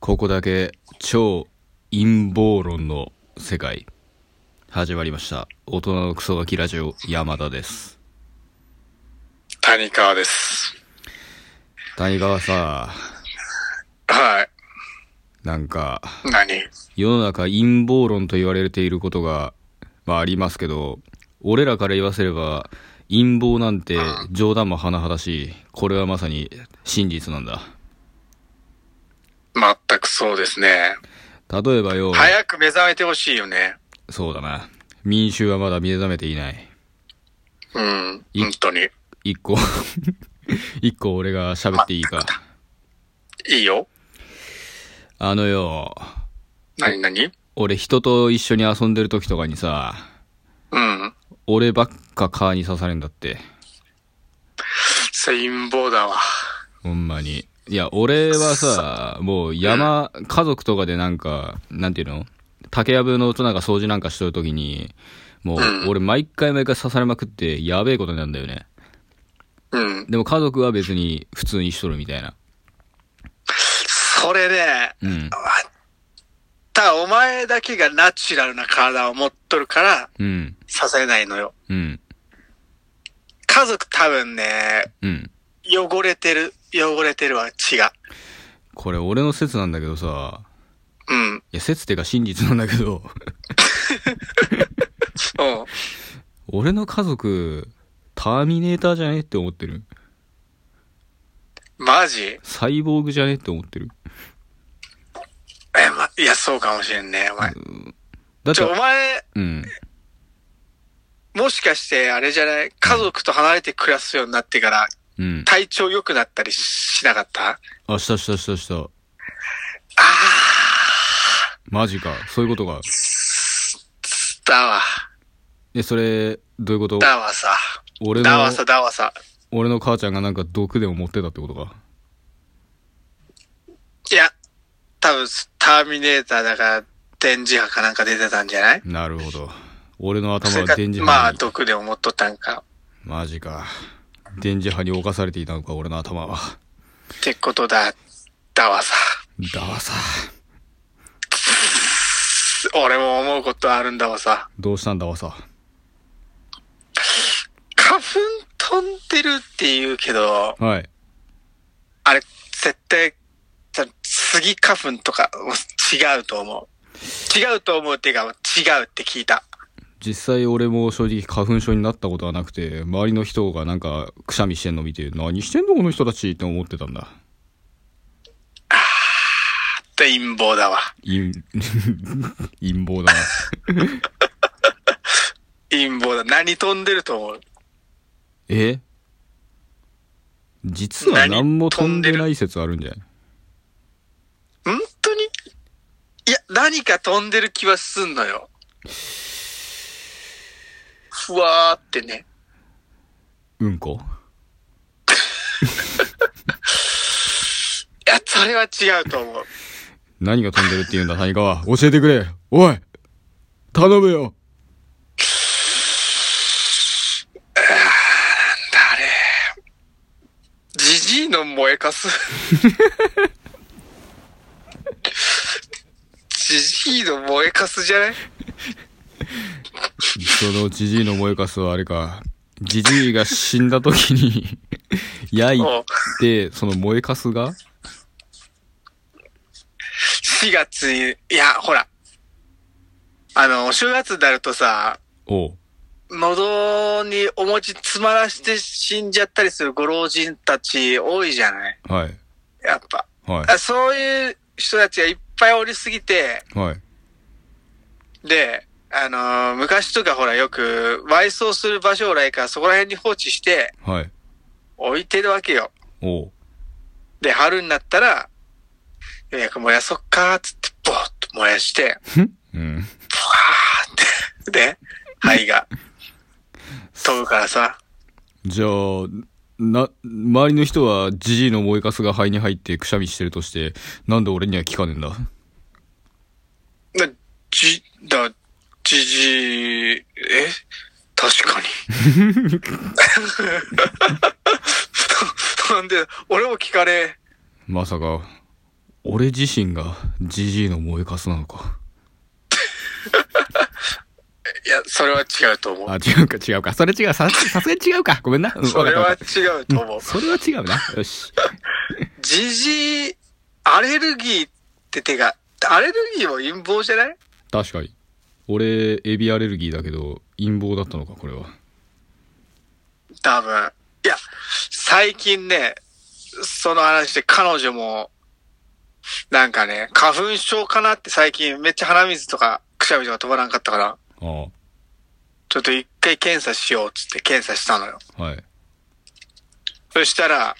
ここだけ超陰謀論の世界始まりました大人のクソガキラジオ山田です谷川です。谷川さはい。なんか何世の中陰謀論と言われていることが、まあ、ありますけど俺らから言わせれば陰謀なんて冗談も甚だしいこれはまさに真実なんだ全くそうですね。例えばよ早く目覚めてほしいよね。そうだな民衆はまだ目覚めていないうん。い本当に。一個 一個俺が喋っていいかいいよ。あのよ、何何俺人と一緒に遊んでる時とかにさ、うん。俺ばっか蚊に刺されんだって。それ陰謀だわ。ほんまに。いや、俺はさ、もう山、家族とかでなんか、なんていうの竹やぶの音なんか掃除なんかしとる時に、もううん俺毎回毎回刺されまくってやべえことになるんだよね。うん。でも家族は別に普通にしとるみたいな。それね、うん。ただお前だけがナチュラルな体を持っとるからうん。刺されないのよ。うん。家族多分ね、うん。汚れてる、汚れてるわ、血が。これ俺の説なんだけどさ、うん。いや説っていうか真実なんだけど、うん。俺の家族、ターミネーターじゃねって思ってる。マジえ、サイボーグじゃねって思ってる。ま、いや、そうかもしれんね、お前。だっちてょ、お、前、うん。もしかして、あれじゃない家族と離れて暮らすようになってから、うん。体調良くなったりしなかったあ、したしたしたした。マジか。そういうことか。だわ。え、それ、どういうことだわさ。俺だのわ、さ、だわさ。俺の母ちゃんがなんか毒でも持ってたってことか。いや、多分、ターミネーターだから、電磁波かなんか出てたんじゃないなるほど。俺のそ頭れはか電磁波に、まあ、毒でも持っとったんか。マジか。電磁波に侵されていたのか、俺の頭は。ってことだ。だわさ。だわさ。俺も思うことあるんだわさ。どうしたんだわさ。花粉飛んでるって言うけど、はい。あれ、絶対、さスギ花粉とか、違うと思う。違うと思うっていうか、違うって聞いた。実際俺も正直花粉症になったことはなくて周りの人がなんかくしゃみしてんの見て何してんのこの人たちって思ってたんだって陰謀だわ。陰 陰謀だな陰謀だ。何飛んでると思うえ実は何も飛んでない説あるんじゃない本当にいや、何か飛んでる気はすんのよ。ふわーってね。うんこいや、それは違うと思う。何が飛んでるって言うんだ谷川教えてくれおい頼むよジジイの燃えかす。ジジイの燃えかすじゃないそのジジイの燃えかすはあれかジジイが死んだ時に 焼いもう、てその燃えかすが4月に、いや、ほら。あの、お正月になるとさ、おう喉にお餅詰まらして死んじゃったりするご老人たち多いじゃないはいやっぱ。はあそういう人たちがいっぱいおりすぎて、いはいで、あのー昔とかほらよく、埋葬する場所を来からそこら辺に放置してはい置いてるわけよ。おうで、春になったら、ようやく燃やそっかーっつって、ぼーっと燃やして、うん。 で、灰が飛ぶからさ、じゃあ、な、周りの人はジジイの燃えかすが肺に入ってくしゃみしてるとして、なんで俺には効かねえんだな、じ、だ、じじい、え確かに。 なんで、俺も聞かれ、まさか、俺自身がジジイの燃えかすなのか。いや、それは違うと思う。あ、違うか、違うか。それ違う。さ、さすがに違うか。ごめんな。うんそれわかはった違うと思わかうった。それは違うな。よし。ジジイ、アレルギーって手が、アレルギーも陰謀じゃない確かに。俺、エビアレルギーだけど、陰謀だったのか、これは。多分。いや、最近ね、その話で彼女も、なんかね、花粉症かなって最近めっちゃ鼻水とかくしゃみとか止まらんかったから、あちょっと一回検査しようっつって検査したのよ。あ、はい。そしたら、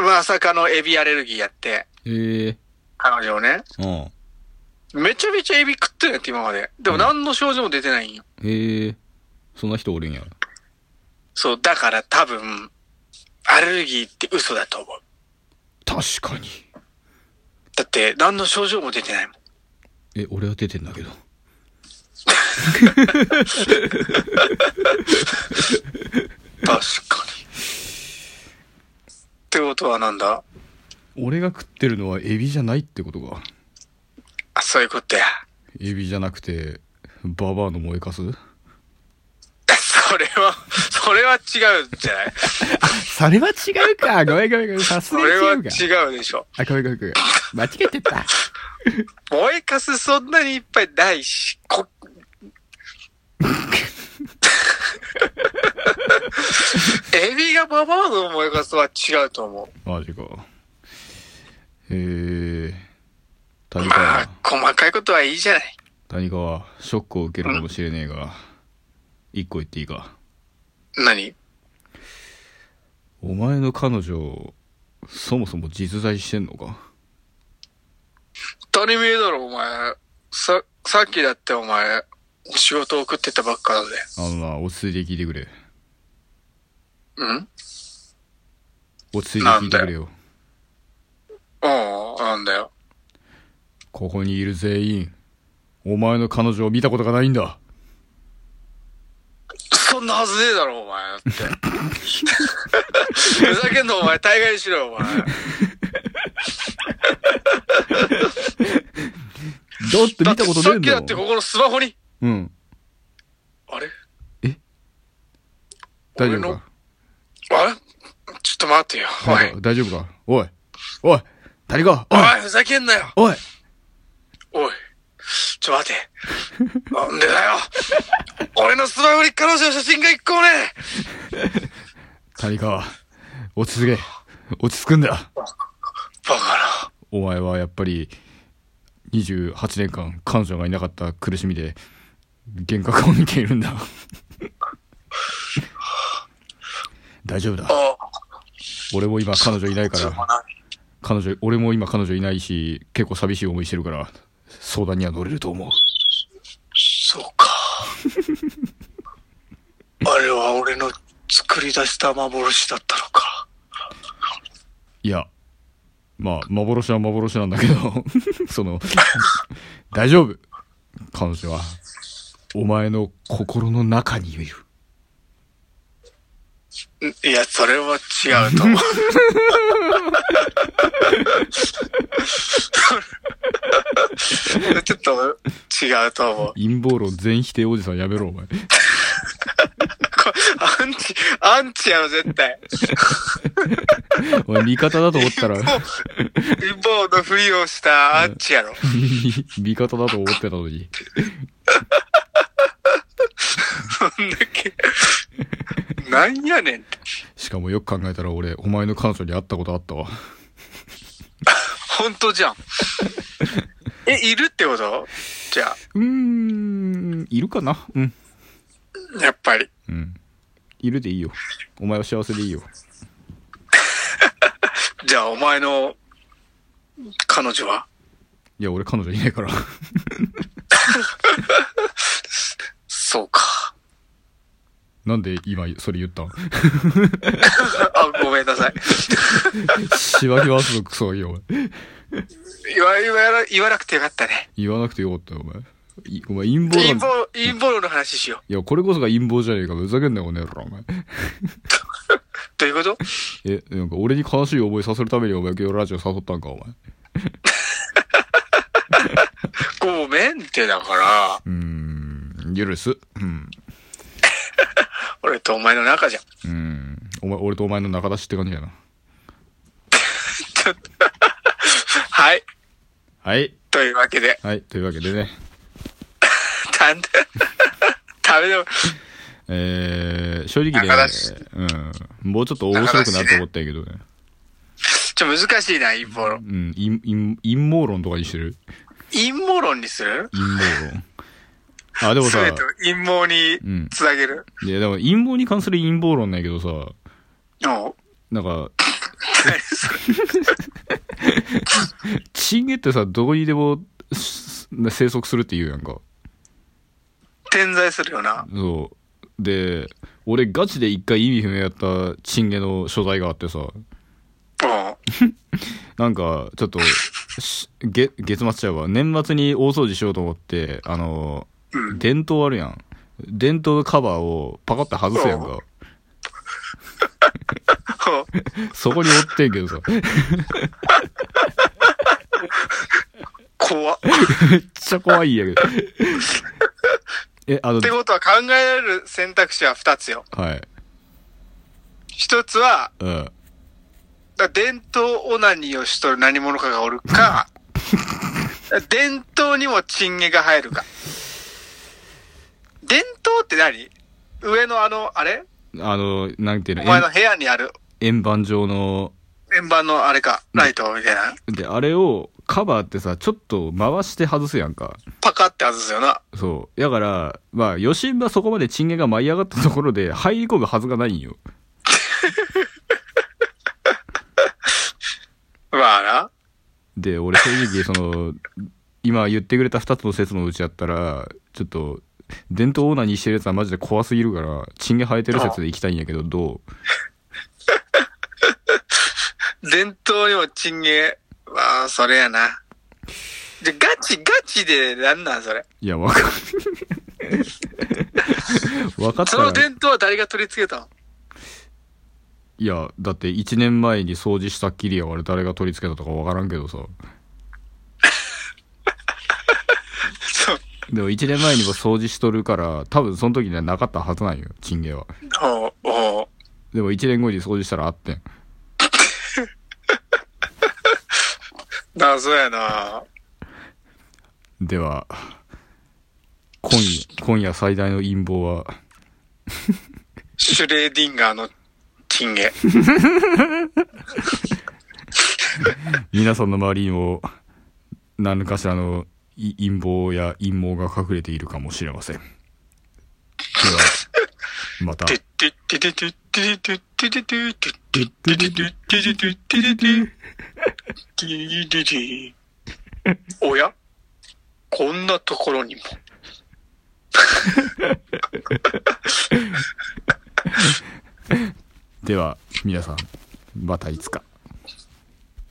まさかのエビアレルギーやって、ええ彼女をね、うん。めちゃめちゃエビ食ってるやって今まで。でも何の症状も出てないんよ。ええそんな人おるんや。そう、だから多分、アレルギーって嘘だと思う。確かに。だって、何の症状も出てないもん。え、俺は出てんだけど。確かに。ってことはなんだ俺が食ってるのはエビじゃないってことか。あ、そういうことや。 エビじゃなくて、ババアの燃えかすそれは、それは違うんじゃないそれは違うか。ごめんごめんごめん。さすそがにれは違うか。違うでしょ。あ、ごめんごめんごめん。間違えてた。燃えかすそんなにいっぱいないし、こ、エビがババアの燃えかすは違うと思マジか。えー、う。谷ま あ川、、細かいことはいいじゃない。谷川、ショックを受けるかもしれねえが、一個言っていいか。何お前の彼女、そもそも実在してんのか当たり前だろ、お前。さ、さっきだってお前、仕事送ってたばっかなんで。あのな、落ち着いて聞いてくれ。うん落ち着いて聞いてくれよ。ああ、なんだよ。ここにいる全員、お前の彼女を見たことがないんだ。そんなはずねえだろ、お前。だって。ふざけんな、お前。大概にしろよ、お前。だってだっ見てたことさねえっんきだだろってここのスマホに。うん。あれ大丈俺夫のかあれちょっと待ってよ。お大い丈。夫大丈夫かおい。おい。谷川、おい。おい、ふざけんなよ。おい。おい。ちょ、待て。なんでだよ。俺のスマホに彼女の写真が一個もね谷川、落ち着け。落ち着くんだ。え。バカお前はやっぱり、28年間彼女がいなかった苦しみで、幻覚を見ているんだ。 大丈夫な。だ。あ、俺も今彼女いないかそうらも、ない。彼女、俺も今彼女いないし、結構寂しい思いしてるから、相談には乗れると思う。そうか。 あれは俺の作り出した幻だったのか。いや、まあ、幻は幻なんだけど、 その、大丈夫。彼女は、お前の心の中にいる。んいや、それは違うと 思う。ちょっと違うと思う。陰謀論全否定おじさんやめろ、お前。こアンチ、アンチやろ、絶対。お前、味方だと思ったら、 陰謀のふりをしたアンチやろ。味方だと思ってたのに。そんだけ。なんやねんって。しかもよく考えたら俺、お前の彼女に会ったことあったわ。本当じゃん。え、いるってことじゃうーん、いるかなうん。あ、やっぱり。うん。いるでいいよ。お前は幸せでいいよ。じゃあ、お前の、彼女はいや、俺彼女いないから。そうか。なんで今それ言ったん あ、ごめんなさい。しばき回すのクソがいいよ、お前。言わ、言わな、言わなくてよかったね。言わなくてよかったよ、お前。いお前陰謀陰論。謀、陰謀論の話しよいや、これこそが陰謀じゃねえか。ふざけんなよ、この野郎、お前。う。どういうことえ、なんか俺に悲しい思いさせるためにお前今日ラジオ誘ったんか、お前。ごめんってだから、うーん、許す。うん。俺とお前の中じゃん。うん。お前、俺とお前の仲出しって感じやな。はい。はい。というわけで、はい。というわけでね。なんで、 ダメだ。えー、正直ね仲出し、うん。もうちょっと面白くなると思ったんやけどね。ちょ、難しいな、陰謀論。うん。陰、陰、陰謀論とかにしてる陰謀論にする陰謀論。あ、でもすさべ、てを陰謀にうんつなげる。いやでも陰謀に関する陰謀論なんやけどさ、おうなんか、何それチンゲってさ、どこにでもす生息するって言うやんか。点在するよな。そう。で、俺ガチで一回意味不明やったチンゲの所在があってさ、おうなんか、ちょっと、しげ月末ちゃうわ。年末に大掃除しようと思って、あの、うん電灯あるやん。電灯のカバーをパカって外すやんうか。おうそこにおってんけどさ、めっ 怖っ。っちゃ怖いんやけど。え、あのて、ことは考えられる選択肢は二つよ。はい。一つは、うん。だ伝統オナニーをしとる何者かがおるか、伝統にもチンゲが入るか。伝統って何上のあの、あれあの、なんていうおの、前の部屋にある円円盤状の、円盤のあれか、ライトみたいな。で、あれを、カバーってさ、ちょっと回して外すやんか。パカって外すよな。そう。だから、まあ、余震はそこまでチンゲが舞い上がったところで入り込むはずがないんよ。まあな。で、俺正直、その、今言ってくれた2つの説のうちやったら、ちょっと、伝統オーナーにしてるやつはマジで怖すぎるから、チンゲ生えてる説で行きたいんやけど、どう伝統にもチンゲ、まあ、それやな。じゃ、ガチガチでなんなんそれ。いや、わ かんわかっそたらの、伝統は誰が取り付けたのいや、だって1年前に掃除したっきりや、俺誰が取り付けたとかわからんけどさ。 そう。でも1年前にも掃除しとるから、多分その時にはなかったはずなんよ、チンゲは。おうおうでも1年後に掃除したらあってん。な、そうやな。では、今夜、今夜最大の陰謀は、シュレーディンガーのチンゲ。皆さんの周りにも何かしらのい陰謀や陰謀が隠れているかもしれませんではまたてってっててててててててててててててててておやこんなところにも。では皆さんまたいつか。